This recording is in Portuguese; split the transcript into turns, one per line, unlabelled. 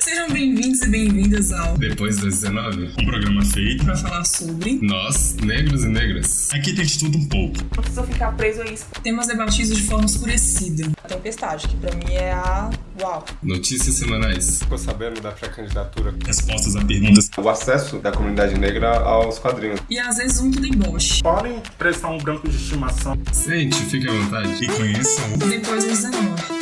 Sejam bem-vindos e bem-vindas ao
Depois das 19, um programa feito
Pra falar sobre
nós, negros e negras. Aqui tem de tudo um pouco.
Não precisa ficar preso a isso.
temas debatidos de forma escurecida.
A tempestade, que pra mim é a. Uau!
Notícias semanais.
ficou sabendo da pré-candidatura.
Respostas a perguntas.
O acesso da comunidade negra aos quadrinhos.
E às vezes muito deboche.
Podem prestar um branco de estimação.
Sente, fique à vontade. E conheçam
Depois um das 19.